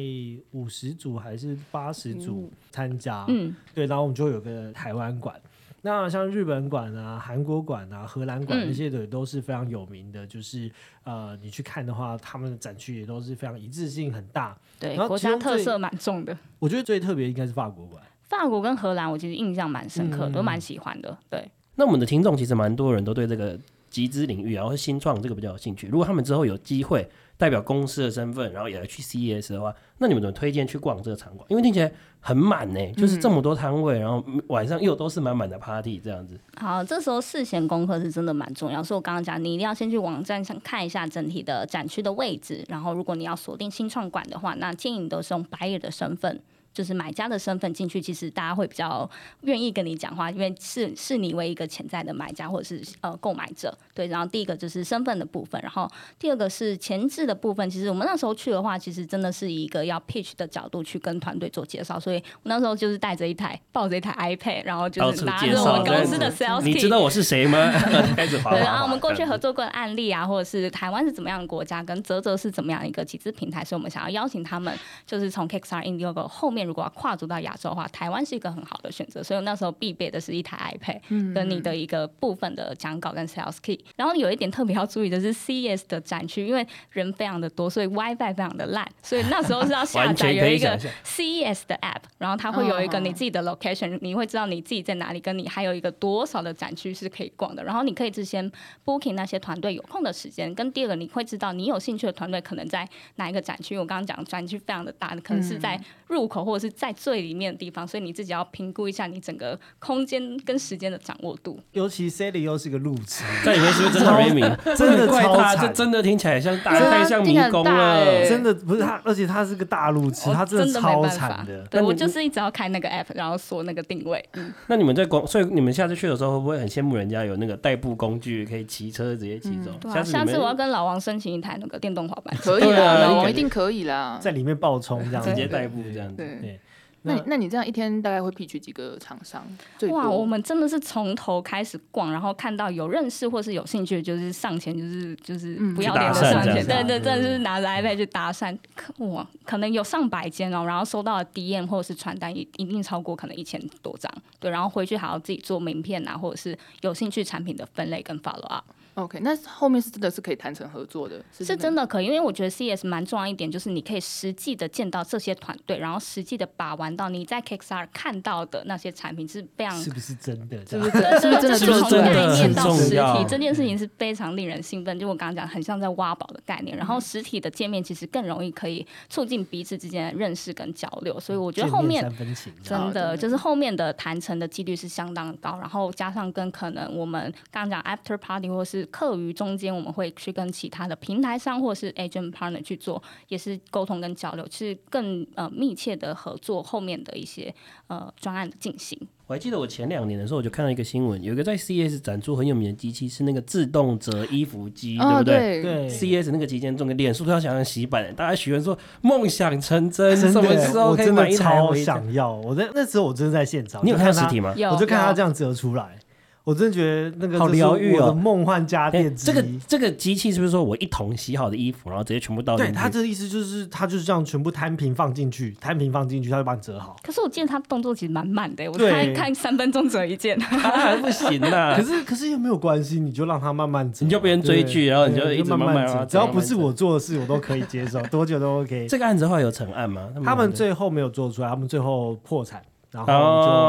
D: 五十组还是八十组参加，
E: 嗯，
D: 对，然后我们就有个台湾馆。那像日本馆啊、韩国馆啊、荷兰馆
E: 嗯
D: 那些的也都是非常有名的，就是呃，你去看的话，他们的展区也都是非常一致性很大。
E: 对
D: 然后
E: 国
D: 其
E: 家
D: 中
E: 特
D: 最
E: 色蛮重的。
D: 我觉得最特别应该是法国馆，
E: 法国跟荷兰，我其实印象蛮深
A: 嗯
E: 刻，都蛮喜欢的。对，
A: 那我们的听众其实蛮多人都对这个集资领域，然后是新创这个比较有兴趣。如果他们之后有机会代表公司的身份，然后也来去 CES 的话，那你们怎么推荐去逛这个场馆？因为听起来很满呢、就是这么多摊位，然后晚上又都是满满的 party 这样子。
E: 好，这时候事前功课是真的蛮重要。所以我刚刚讲，你一定要先去网站上看一下整体的展区的位置，然后如果你要锁定新创馆的话，那建议你都是用 buyer 的身份。就是买家的身份进去，其实大家会比较愿意跟你讲话，因为视视你为一个潜在的买家或者是呃购买者。对，然后第一个就是身份的部分，然后第二个是前置的部分。其实我们那时候去的话，其实真的是以一个要 pitch 的角度去跟团队做介绍，所以我那时候就是带着一台抱着一台 iPad，然
A: 到
E: 后就
A: 处
E: 是拿
A: 介
E: 着我
A: 绍
E: 们
A: 这样
E: 公司的
A: 子
E: sales
A: 你
E: kit
A: 知道我是谁吗？ 开始滑滑
E: 对，啊
A: 滑
E: 然后我们过去
A: 这样子
E: 合作过的案例啊，或者是台湾是怎么样的国家，跟泽泽是怎么样一个集资平台，所以我们想要邀请他们，就是从 Kickstarter Indiegogo 后面如果要跨足到亚洲的话，台湾是一个很好的选择。所以我那时候必备的是一台 iPad，跟你的一个部分的讲稿跟 Sales Key。然后有一点特别要注意的是 CES 的展区，因为人非常的多，所以 WiFi 非常的烂，所以那时候是要下
A: 完
E: 载
A: 全
E: 有
A: 可以
E: 一
A: 想
E: 个
A: 象。
E: CES E 的 app，然后它会有一个
C: 哦
E: 你自己的 location，、你会知道你自己在哪里，跟你还有一个多少的展区是可以逛的。然后你可以事先 booking 那些团队有空的时间，跟第二个你会知道你有兴趣的团队可能在哪一个展区。因为我刚刚讲展区非常的大，可能是在入口或者是在最里面的地方，所以你自己要评估一下你整个空间跟时间的掌握度。
D: 尤其 Sally 又是个路 痴，
A: 在里面是不是真的很迷？
D: 真的
A: 怪
D: 超
A: 他，这
D: 惨
A: 真的听起来像大，
C: 对啊
A: 太像迷
C: 听起来很
A: 宫
C: 大
A: 了
C: 欸。
D: 真的不是他，而且他是个大路痴，他
E: 哦真
D: 的
E: 没
D: 超
E: 办
D: 惨
E: 法
D: 的。，
E: 对
A: 那
E: 我
A: 你
E: 就是一直要开那个 app，然后锁那个定位。
A: 那你们在工，所以你们下次去的时候，会不会很羡慕人家有那个代步工具，可以骑车直接骑走？
E: 对啊，
A: 次你
E: 下
A: 们
E: 次我要跟老王申请一台那个电动滑板车。
C: 可以
A: 对啊
C: 啦，老
A: 你
C: 王
A: 感
C: 一定可以啦。
D: 在里面爆冲这样子，
A: 直接代步这样子。
C: 对
D: 对，
C: 那
D: 那
C: 你那你这样一天大概会 pitch 几个厂商？最
E: 哇，
C: 多
E: 我们真的是从头开始逛，然后看到有认识或是有兴趣的，就是上前，就是就是
C: 嗯
E: 不要
A: 去搭
E: 脸的
A: 讪
E: 上
A: 这样
E: 前，
A: 子
E: 对对，
D: 嗯
E: 真的就是拿着 iPad 去搭讪，可哇，可能有上百间哦，然后收到的 DM 或者是传单一一定超过可能一千多张，对，然后回去还要自己做名片啊，或者是有兴趣产品的分类跟 follow up。
C: OK，那后面是真的是可以谈成合作的，
E: 是真
C: 的。
E: 的可以，因为我觉得 CS 蛮重要一点，就是你可以实际的见到这些团队，然后实际的把玩到你在 Kickstarter 看到的那些产品是非常
D: 是不是真的？这
C: 是
D: 样
C: 不是
E: 对
C: 真的？是不
A: 不
C: 是真的
E: 就是
A: 是
E: 从
A: 真的
E: 概念
A: 很
E: 到
A: 重
E: 实
A: 要
E: 体这件事情是非常令人兴奋。就我刚刚讲，很像在挖宝的概念。然后实体的界面其实更容易可以促进彼此之间的认识跟交流，所以我觉得后
D: 见
E: 面
D: 三分情这样，
E: 真
C: 真的
E: 的就是后面的谈成的几率是相当高，然后加上跟可能我们刚刚讲 after party 或是课余中间，我们会去跟其他的平台商或是 agent partner 去做，也是沟通跟交流，是更呃密切的合作后面的一些呃专案的进行。
A: 我还记得我前两年的时候，我就看到一个新闻，有一个在 CES 展出很有名的机器是那个自动折衣服机，对
C: 啊，
A: 不对？
C: 对，
D: 对
A: CES 那个期间，中个脸书都要想要洗版，大家许愿说梦想成真，
D: 真
A: 什么
D: 的，
A: 时候
D: 我
A: 可以
D: 真
A: 买
D: 的
A: 一台
D: 超
A: 回家？
D: 想要。我在那时候我真的在现场，
A: 你有
D: 就
A: 看到
D: 看
A: 实
D: 他
A: 体吗？
E: 有
D: 我就看他
E: 有
D: 这样折出来，我真的觉得那个
A: 好
D: 就是
A: 疗愈哦
D: 我的梦幻家
A: 哎
D: 电之
A: 这个
D: 一
A: 这个机器是不是说我一桶洗好的衣服，然后直接全部倒进
D: 对
A: 去？
D: 他的意思就是，他就是这样全部摊平放进去，摊平放进去，他就帮你折好。
E: 可是我见他动作其实蛮慢的，我
D: 对
E: 看看三分钟折一件。
A: 当然 不行啦
D: 可。是可是又没有关系，你就让他慢慢折，
A: 呃你就别人追剧
D: 对
A: 然后你就
D: 对
A: 一直
D: 慢
A: 慢慢让
D: 折
A: 他，
D: 只要
A: 折
D: 不是我做的事，我都可以接受，多久都 OK。
A: 这个案子后来有成案吗？
D: 他们
A: 有
D: 最后没有做出来，他们最后破产，然
A: 哦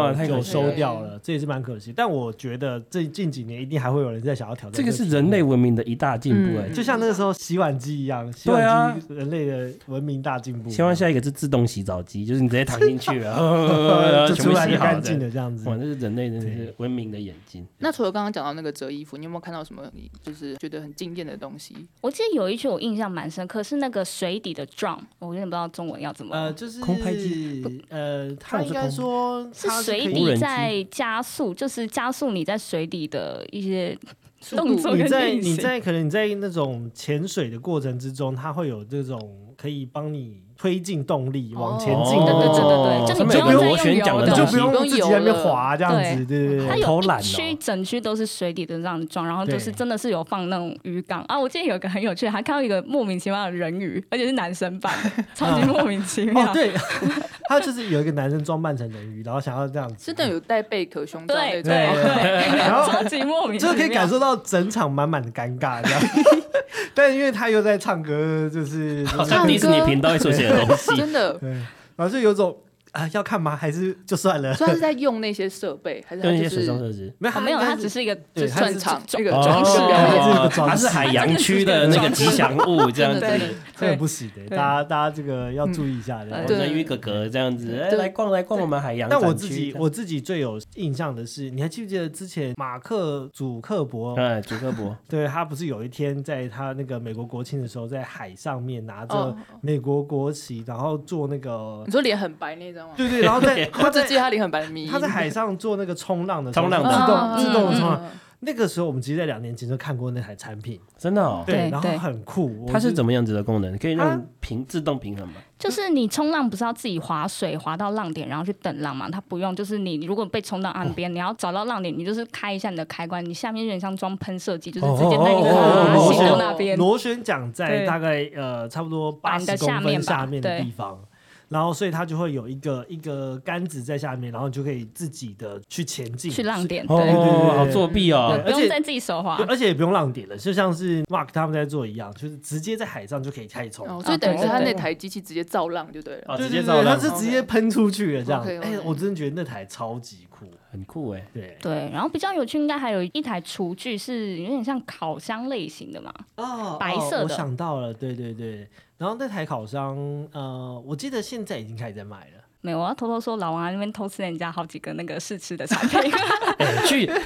D: 后就
A: 太可
D: 就
A: 惜
D: 收
C: 了
D: 掉了，这也是蛮可惜。但我觉得这近几年一定还会有人在想要挑战
A: 这个是
D: 题目
A: 人类，文明的一大进步哎、
C: 嗯
D: 就像那个时候洗碗机一样，洗
A: 对啊
D: 碗机人类的文明大进步。
A: 希望下一个是自动洗澡机，就是你直接躺进去了，然后
D: 就
A: 全
D: 出
A: 部
D: 来
A: 洗
D: 就
A: 好
D: 干净
A: 的。
D: 了这样 子。
A: 哇，这是人类真的是文明的眼睛。
C: 那除了刚刚讲到那个折衣服，你有没有看到什么你就是觉得很惊艳的东西？
E: 我记得有一句我印象蛮深刻，是那个水底的 drum，我有点不知道中文要怎么。
D: 呃，就是
A: 空拍机，
D: 呃，他
A: 是
D: 应该
A: 空
D: 说
E: 是
D: 它
E: 水
D: 可以
A: 无人
E: 底
A: 机
E: 在加速，就是加速你在水底的一些
C: 速
E: 动作
D: 你
E: 跟
D: 在
E: 运
D: 你
E: 行
D: 在可能你在那种潜水的过程之中，它会有这种可以帮你推进动力往前进
E: 对
D: 的
E: 对
D: 那
E: 对
D: 种，
E: 对对就你不
A: 他们
E: 用
A: 有个螺
E: 再用
A: 旋桨
E: 油
A: 的
E: 的
D: 你
A: 东
D: 就
A: 西
D: 不用自己在那边滑这样
E: 对
D: 子，对对对
E: 它
A: 好
D: 对。
A: 偷
E: 有
A: 懒
E: 一
A: 哦
E: 区整区都是水底的这样装，然后就是
D: 对
E: 真的是有放那种渔港啊。我记得有一个很有趣的，还看到一个莫名其妙的人鱼，而且是男生版的，超级莫名其 妙。
D: 哦，对， 他就是有一个男生装扮成人鱼，然后想要这样子，
C: 真的有戴贝壳胸罩那
E: 对
C: 种，
D: 对然后
E: 超级莫名其
D: 就
E: 妙，
D: 是可以感受到整场满满的尴 尬这样。 但因为他又在唱歌，就是
A: 好
D: 就是
A: 像迪士尼频道会出现的东西。
C: 真的，
D: 对，然后就有种啊要看吗？还是就算了？
C: 所以他是在用那些设备，还是他
A: 用一
C: 就
A: 些水上
C: 是
A: 设施，
D: 没有，
E: 哦没有，
D: 应该
E: 它只是一个
D: 对
E: 就是
D: 它是
C: 转场
E: 这
C: 这个
E: 哦
C: 装饰表
D: 演这是一个装饰
A: 哦它是海洋区的那个吉祥物，这样子
C: 真的。
D: 对
C: 真的
D: 这个不行的，
C: 对
D: 大家大家这个要注意一下
E: 嗯
D: 的
A: 我。
C: 对
A: 们鱼哥哥这样子，哎，
C: 对
A: 来逛来逛我们海洋展
D: 但
A: 区。
D: 我自己我自己最有印象的是，你还记不记得之前马克·祖克伯？
A: 哎，主科博，
D: 对他不是有一天在他那个美国国庆的时候，在海上面拿着
C: 哦嗯
D: 美国国旗，然后做那个
C: 你说脸很白那张吗？
D: 对对，然后 在他
C: 我只记
D: 在
C: 得他脸很白的迷因，
D: 他在海上做那个冲浪的时候
A: 冲浪的
D: 自动
C: 嗯
D: 自动
E: 嗯
D: 的冲浪。啊
C: 嗯
D: 那个时候我们其实，在两年前就看过那台产品，
A: 真的哦。
E: 对
D: 然后
E: 对
D: 很酷。我啊
A: 它是
D: 就
A: 怎么样子的功能？可以让
D: 它
A: 你平自动平衡吗？
E: 就是你冲浪不是要自己划水划到浪点，然后去等浪嘛？它不用，就是你如果被冲到岸边，你要找到浪点，你就是开一下你的开关，你下面有点像装喷射机，就是直接带你
D: 哦
E: 滑
D: 哦哦
E: 行
D: 哦
E: 到
D: 哦
E: 那边。
D: 螺旋桨在
E: 对
D: 大概呃差不多八
E: 板
D: 十
E: 的
D: 公
E: 下
D: 分
E: 面吧
D: 下面的
E: 对
D: 地方，然后所以它就会有一个一个杆子在下面，然后你就可以自己的去前进
E: 去浪点，
A: 哦
E: 对，
D: 对对
A: 好作弊哦
D: 对。
E: 不
D: 而且
E: 用再自己手滑
D: 对。而且也不用浪点了，就像是 Mark 他们在做一样，就是直接在海上就可以开始冲。
C: 哦，
A: 啊
C: 所以等于是
E: 对
C: 他那
E: 对
C: 台机器直接造浪就对了。
A: 哦，
D: 对
A: 直
D: 对
A: 接
D: 对，
A: 照
D: 它
A: 亮，
D: 是直接喷出去了这样。
C: OK，OK
D: 哎，我真的觉得那台超级酷。
A: 很酷哎。
D: 对，
E: 对，然后比较有趣，应该还有一台厨具是有点像烤箱类型的嘛，
D: 哦
E: 白
D: 哦
E: 色的
D: 我想到了，对对对。然后那台烤箱，呃，我记得现在已经开始在卖了。
E: 没有，我要偷偷说，老王在那边偷吃人家好几个那个试吃的产品，
A: 哎，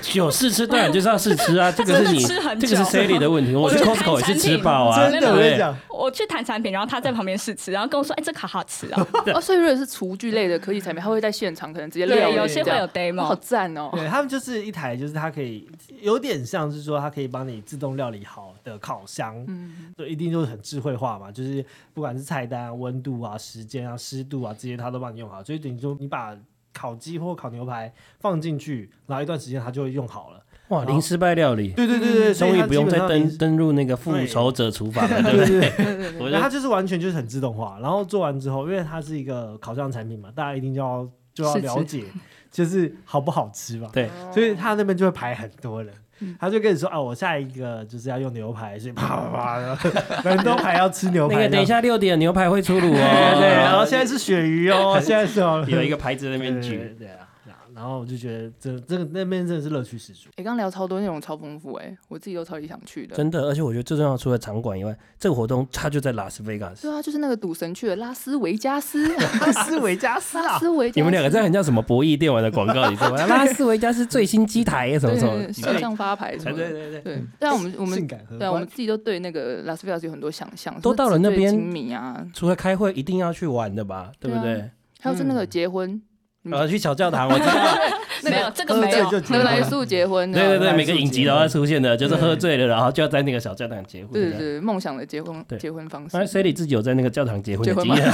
A: 去有试吃，当然就是要试吃啊。这个是你
E: 真的吃，很
A: 这
E: 久
A: 个是 Sally 的问题。我去
E: 我去看
A: Costco 也是
E: 产
A: 吃
E: 品
A: 饱啊，
D: 真的，我跟你讲，
E: 我去谈产品，然后他在旁边试吃，然后跟我说：“哎，这个好好吃哦。
C: 哦，所以如果是厨具类的科技产品，它会在现场可能直”接料
E: 对，
C: 理
E: 有些
C: 这
E: 会有
C: 样哦
E: demo
C: 好。赞哦！
D: 对他们就是一台，就是它可以有点像是说它可以帮你自动料理好的烤箱，
C: 嗯，
D: 就一定就是很智慧化嘛，就是不管是菜单啊、温度啊、时间啊、湿度啊这些，它都帮你用好。所以等于说你把烤鸡或烤牛排放进去，然后一段时间它就会用好了。
A: 哇，零失败料理，
D: 对对哦对对，所以
A: 终于
D: 它
A: 不用
D: 基
A: 再
D: 本上
A: 登
D: 零
A: 登入那个复仇者厨房了，对不对？
D: 对对
C: 对对对，
A: 我
D: 对，它就是完全就是很自动化。然后做完之后，因为它是一个烤箱产品嘛，大家一定就要就要
E: 试吃
D: 了解，就是好不好吃嘛。
A: 对，
D: 所以他那边就会排很多人，他就跟你说啊，我下一个就是要用牛排，所以啪啪啪，然后人都排要吃牛
A: 那
D: 排。
A: 个等一，下六点牛排会出炉哦。
D: 对对，然后现在是鳕鱼哦，现在是哦
A: 有一个牌子在那
D: 对
A: 边
D: 对
A: 举，
D: 对对啊，然后我就觉得这这个那边真的是乐趣十足。
C: 你刚聊超多内容，超丰富哎，我自己都超级想去的。
A: 真的，而且我觉得最重要，除了场馆以外，这个活动它就在拉斯维加斯。
C: 对啊，就是那个赌神去了拉斯维加斯，
D: 拉斯维加斯
C: 拉
D: 啊，
C: 斯维加斯，
A: 你们两个这很像什么博弈电玩的广告，你知道 吗？拉斯维加斯最新机台什么什么
C: 对，线上发牌什
A: 哎
C: 么
A: 对
C: 的，
A: 对对，
C: 对。但我们我
D: 性
C: 们
D: 感荷
C: 对啊，我
D: 官
C: 们。自己都对那个拉斯维加斯有很多想象，
A: 都到了那边
C: 什么纸醉金迷啊，
A: 除了开会一定要去玩的吧，对不
C: 对啊
A: 对？
C: 还有是那个结婚，嗯
A: 呃，去小教堂，我知道，
E: 没有，这个没
D: 喝醉
E: 有
D: 就。
C: 那个来
D: 结婚
C: 素结婚啊，
A: 对对对，
D: 来
A: 每个
D: 素
A: 影集
D: 结
A: 都
D: 婚
A: 要出现的，就是喝
D: 对
A: 醉了，然后就要在那个小教堂结婚。哎
C: 对对对，梦想的结婚
A: 对
C: 结婚方式
A: 那。Sally 自己有在那个教堂结婚
C: 结
A: 的
C: 婚
A: 经验，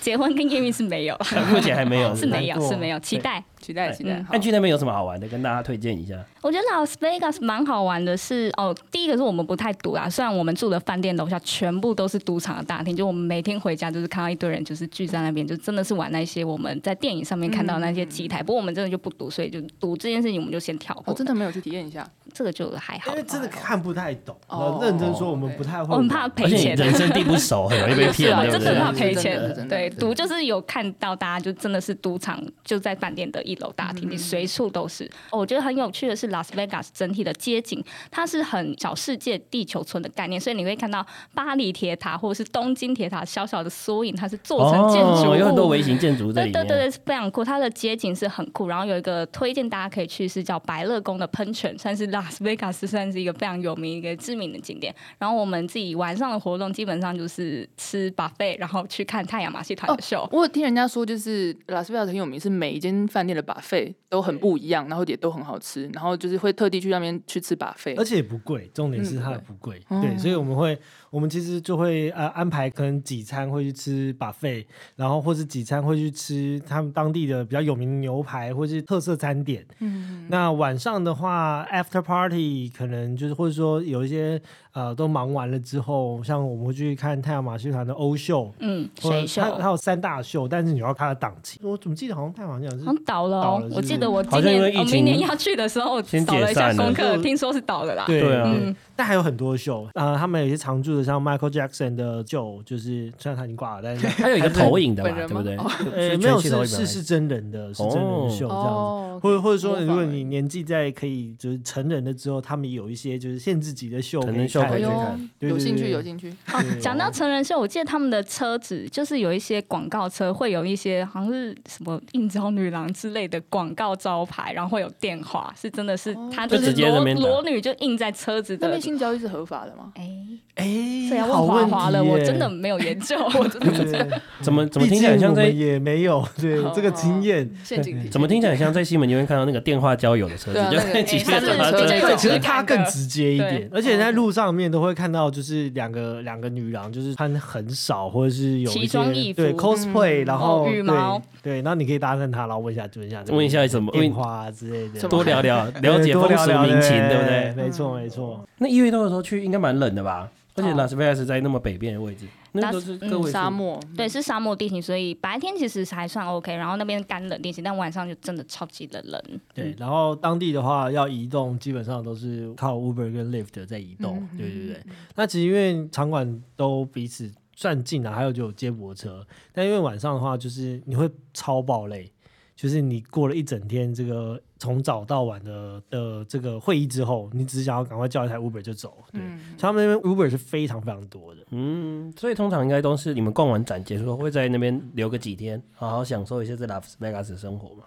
E: 结婚跟验孕是没有，
A: 目前还没有，
E: 是没有，是没有，期
A: 对
E: 待。
C: 期待
A: 对
C: 期待。好
A: 那去那边有什么好玩的？跟大家推荐一下。
E: 我觉得 Las Vegas 蛮好玩的是，哦，第一个是我们不太堵啦，虽然我们住的饭店楼下全部都是赌场的大厅，就我们每天回家就是看到一堆人就是聚在那边，就真的是玩那些我们在电影上面看到的那些机台，不过我们真的就不赌，所以就赌这件事情我们就先跳过，
C: 我哦真的没有去体验一下，
E: 这个就还好
D: 因为，真的看不太懂。
C: 哦
D: 认真说，我们不太会
E: 哦我
D: 玩，
E: 很怕赔
A: 而且你
E: 钱。啊
A: 人生地不熟，很容易被
C: 是
A: 骗，
C: 啊
A: 对不
E: 真的
A: 对
E: 很？怕
C: 是
E: 赔
C: 真
E: 钱
C: 的是真，的
E: 对，
C: 是
E: 赌就是有看到大家就真的是赌场就在饭店的一楼大厅，你随处都是。嗯哦我觉得很有趣的是，拉斯维加斯整体的街景，它是很小世界地球村的概念，所以你会看到巴黎铁塔或者是东京铁塔小小的缩影，它是做成建筑物，
A: 哦，有很多微型建筑在
E: 对
A: 里
E: 对
A: 面。
E: 对对，是非常酷，它的街景是很酷。然后有一个推荐大家可以去，是叫白乐宫的喷泉，算是拉斯维加斯算是一个非常有名、一个知名的景点。然后我们自己晚上的活动基本上就是吃 buffet，然后去看太阳马戏
A: 哦
E: 团的秀。
C: 哦我有听人家说，就是拉斯维加斯很有名，是每一间饭店的把费都很不一样，然后也都很好吃，然后就是会特地去那边去吃把费
D: 而。且也不贵，重点是它也不贵。
E: 哦
C: 嗯
D: 对，
C: 嗯
D: 所以我们会，我们其实就会呃安排可能几餐会去吃 buffet，然后或是几餐会去吃他们当地的比较有名牛排或是特色餐点。
C: 嗯，
D: 那晚上的话，after party 可能就是或者说有一些呃都忙完了之后，像我们会去看太阳马戏团的欧秀。
E: 嗯，
D: 或者
E: 水秀
D: 它它有三大秀，但是你要看它档期。我怎么记得好像太阳马戏团是
E: 好像倒了
D: 倒
E: 哦
D: 了是不，是
E: 我记得我
A: 好
E: 今
A: 像因
E: 年
A: 为疫
E: 我
A: 情
E: 明年要去的时候
A: 先
E: 找了一下
A: 解散了
E: 功课，
D: 就
E: 听说是倒了啦。
D: 对嗯
A: 对啊
D: 对但还有很多秀啊、呃他们有一些常驻的，像 Michael Jackson 的秀，就是虽然他已经挂了，但 是
A: 它有一个投影的嘛，
C: 本
A: 对
C: 人
A: 不
C: 吗
A: 对？
D: 呃
A: 全
D: 哎没有
A: 系投
D: 是
A: 影的
D: 是是真人的，是真人的秀这样子。
C: 哦，
D: 哦或者或者说，
C: 模
D: 如果
C: 仿
D: 你年纪在可以就是成人了之后，他们有一些就是限制级的秀
A: 成
D: 可
A: 人
D: 以
A: 秀
D: 看
A: 可
C: 哎
A: 以
C: 呦
A: 去看，
D: 对
C: 有兴趣有
D: 趣。
C: 兴趣，
E: 哦
D: 对，
E: 讲到成人秀，我记得他们的车子就是有一些广告车，会有一些好像是什么“应招女郎”之类的广告招牌，然后会有电话，是真的是
C: 哦
E: 她
A: 就
E: 就是
A: 直接在那
E: 裸
A: 边打
E: 裸女就印在车子
C: 那
E: 的
C: 边。嗯性交易是合法的吗？
E: 哎，
D: 哎
E: 这要
D: 好
E: 问华
D: 问
E: 华
D: 题
E: 了，
D: 耶
E: 我 真的没有研究，我真的
D: 对
E: 不知道
D: 对对
A: 怎么怎么
D: 毕
A: 听起来很
D: 竟
A: 像
D: 我
A: 在
D: 们也没有对这个经验。
C: 陷阱题
A: 怎么听起来很像在西门那边看到那个电话交友的车子
C: 对啊，
A: 就
C: 那个
A: 在骑
C: 哎
A: 电
C: 它
A: 话
C: 是
A: 车
C: 车
D: 对，
C: 对
D: 其实它
E: 看个
D: 更直接一点，
E: 对哦
D: 而且在路上面都会看到，就是两个两个女郎，就是穿很少，或者是有一
E: 奇
D: 些
E: 装异服
D: 对 cosplay，然后
E: 哦羽毛
D: 对，对然后你可以搭讪她，然后问一下问一下
A: 问一下什么
D: 变化啊之类的，
A: 多聊聊，了解
D: 对多
A: 风
D: 聊
A: 俗
D: 聊
A: 民情，对不
D: 对？
A: 对？
D: 没错没错，
A: 那一月多的时候去应该蛮冷的吧？而且
E: 哦
A: 拉斯维加斯在那么北边的位置，那都是
E: 嗯
A: 各位
C: 沙漠，
E: 对，是沙漠地形，所以白天其实还算 OK，然后那边干冷地形，但晚上就真的超级的冷。
D: 对。然后当地的话要移动，基本上都是靠 Uber 跟 Lyft 在移动，
C: 嗯
D: 对对对。那其实因为场馆都彼此算近啊，还有就有接驳车，但因为晚上的话，就是你会超爆累，就是你过了一整天这个从早到晚的的这个会议之后，你只想要赶快叫一台 Uber 就走。对，
C: 嗯，
D: 所以他们那边 Uber 是非常非常多的。
A: 嗯，所以通常应该都是你们逛完展结束后会在那边留个几天，好好享受一下在拉斯维加斯的生活嘛。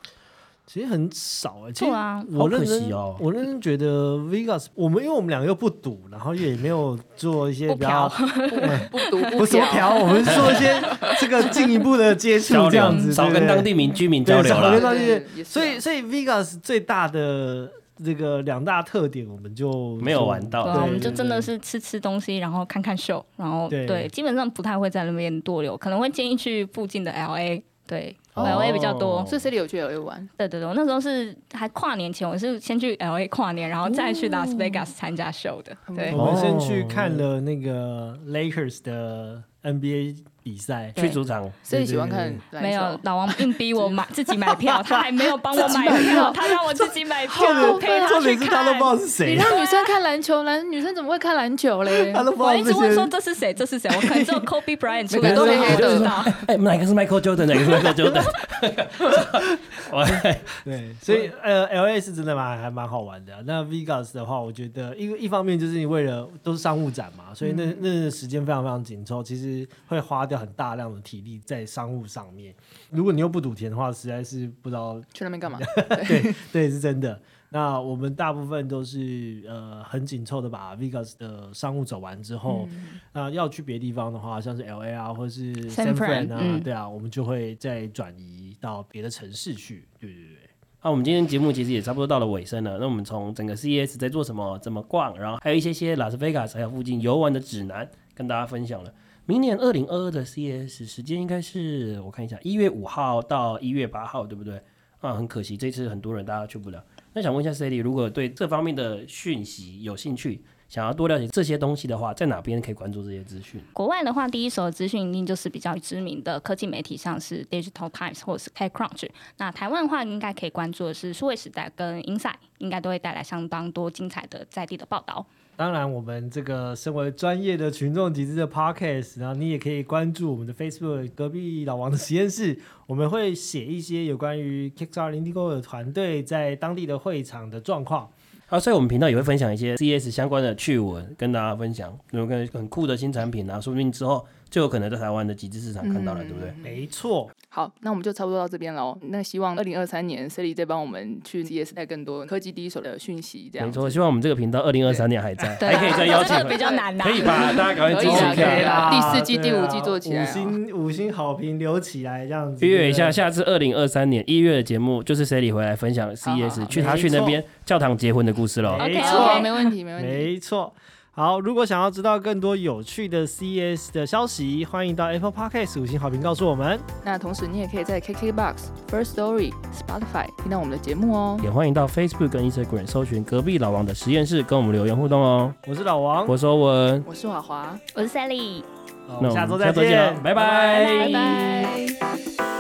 D: 其实很少、欸，其实
E: 对啊
D: 我认
A: 好可
D: 真、
A: 惜哦
D: 我认真觉得 Vegas，我们因为我们两个又不赌，然后也没有做一些比较
C: 不毒
D: 不
C: 不
D: 是说
C: 嫖，
D: 嫖，我们是说一些这个进一步的 接触
A: 交
D: 这样
A: 流，
D: 子，
A: 少
D: 对不
A: 跟
D: 对
A: 当地民居民交流
D: 对少跟
A: 啦。
D: 当地
C: 对也是啊
D: 所以所以 Vegas 最大的这个两大特点，我们就
A: 没有玩到
E: 对
A: 对
E: 啊，我们
D: 对
E: 就
D: 对
E: 真的
D: 对
E: 是吃吃东西，然后看看秀，然后
D: 对
E: 对，基本上不太会在那边多留，可能会建议去附近的 L A，对、
A: 哦
E: L A 比较多。
C: 所以 Sally 有去 LA 玩，
E: 对对对，我那时候是还跨年前，我是先去 L A 跨年，然后再去
D: 哦
E: Las Vegas 参加秀的。对，
D: 我们先去看了那个 Lakers 的 NBA 比赛，
A: 去主场，
C: 所以喜欢看篮球
E: 没有老王硬逼 我买自己买票，他还没有帮我买票，他让我自己买票，我陪他
D: 重
E: 去
D: 点是他都不知。道
E: 看
D: 是
C: 你
D: 谁，
C: 让女生看篮球，男女生怎么会看篮球嘞？
D: 他都不
E: 我一
D: 知
E: 直
D: 道
E: 问说
D: 这些。
E: 这是谁，这是谁，我可能只有 Kobe Bryant 出
C: 每个
E: 来都
C: 人都
E: 没有
C: 黑的
E: 知道。
A: 哎，哪个是 Michael Jordan，哪个是 Michael Jordan？
D: 对，所以呃，L A 是真的蛮还蛮好玩的啊、那 Vegas 的话，我觉得因为一方面就是你为了都是商务展嘛，所以
E: 嗯
D: 那那时间非常非常紧凑，其实会花掉很大量的体力在商务上面。如果你又不赌钱的话，实在是不知道
C: 去那边干 嘛？
D: 对，是真的。那我们大部分都是呃很紧凑的把 Vegas 的商务走完之后，那、要去别地方的话，像是 L A 啊，或是
E: 嗯 San
D: San
E: Fran，
D: Fran 啊，
E: 嗯
D: 对啊，我们就会再转移到别的城市去。对对对，
A: 那、我们今天节目其实也差不多到了尾声了。那我们从整个 E CES 在做什么、怎么逛，然后还有一些些拉斯维加斯还有附近游玩的指南跟大家分享了。明年二零二二的 CES 时间应该是我看一下，一月五号到一月八号，对不对？啊，很可惜，这次很多人大家去不了。那想问一下 Sally，如果对这方面的讯息有兴趣，想要多了解这些东西的话，在哪边可以关注这些资讯？
E: 国外的话，第一手资讯一定就是比较知名的科技媒体，像是 Digital Times 或者是 TechCrunch。那台湾的话，应该可以关注的是数位时代跟 Inside，应该都会带来相当多精彩的在地的报道。
D: 当然，我们这个身为专业的群众集资的 podcast，然后你也可以关注我们的 Facebook 隔壁老王的实验室，我们会写一些有关于 Kickstarter Indigo 的团队在当地的会场的状况。
A: 啊，所以我们频道也会分享一些 CS 相关的趣闻跟大家分享，有个很酷的新产品啊，说不定之后就有可能在台湾的集资市场看到了，对不对？
D: 没错，
C: 好，那我们就差不多到这边喽。那希望二零二三年 c e l i 再帮我们去 CS 带更多科技第一手的讯息，这样
A: 没错，希望我们这个频道二零二三年还在，
E: 啊
A: 还可以再邀请
E: 真的比较难啊
A: 可
E: 啦
A: 以吧？大家赶快
C: 可
A: 支
C: 以
A: 持一
C: 啦
D: 啊
C: 可
A: 下，
C: 以啦第四季
D: 对
C: 第
D: 啊
C: 五季做起来啊
D: 五星五星好评留起来，这样子
A: 预约一下，
D: 对
A: 下次二零二三年一月的节目就是 Sally 回来分享
C: 好好哎
A: CS
C: 好
A: 去他去那边教堂结婚的故事喽。
D: 没
C: OK，
D: 错
C: 好，没问题，没
D: 不
C: 问
D: 对
C: 题。
D: 没错。好，如果想要知道更多有趣的 CS 的消息，欢迎到 Apple Podcast 五星好评告诉我们。
C: 那同时，你也可以在 KKBox、First Story、Spotify 听到我们的节目哦。
A: 也欢迎到 Facebook 跟 Instagram 搜寻隔壁老王的实验室，跟我们留言互动哦。
D: 我是老王，
A: 我是欧文，
C: 我是华华，
E: 我是 Sally。
D: 好
A: 那我们
D: 下周
A: 下
D: 再
A: 周见
D: 见
A: 喽，，拜拜
E: 拜拜
C: 拜拜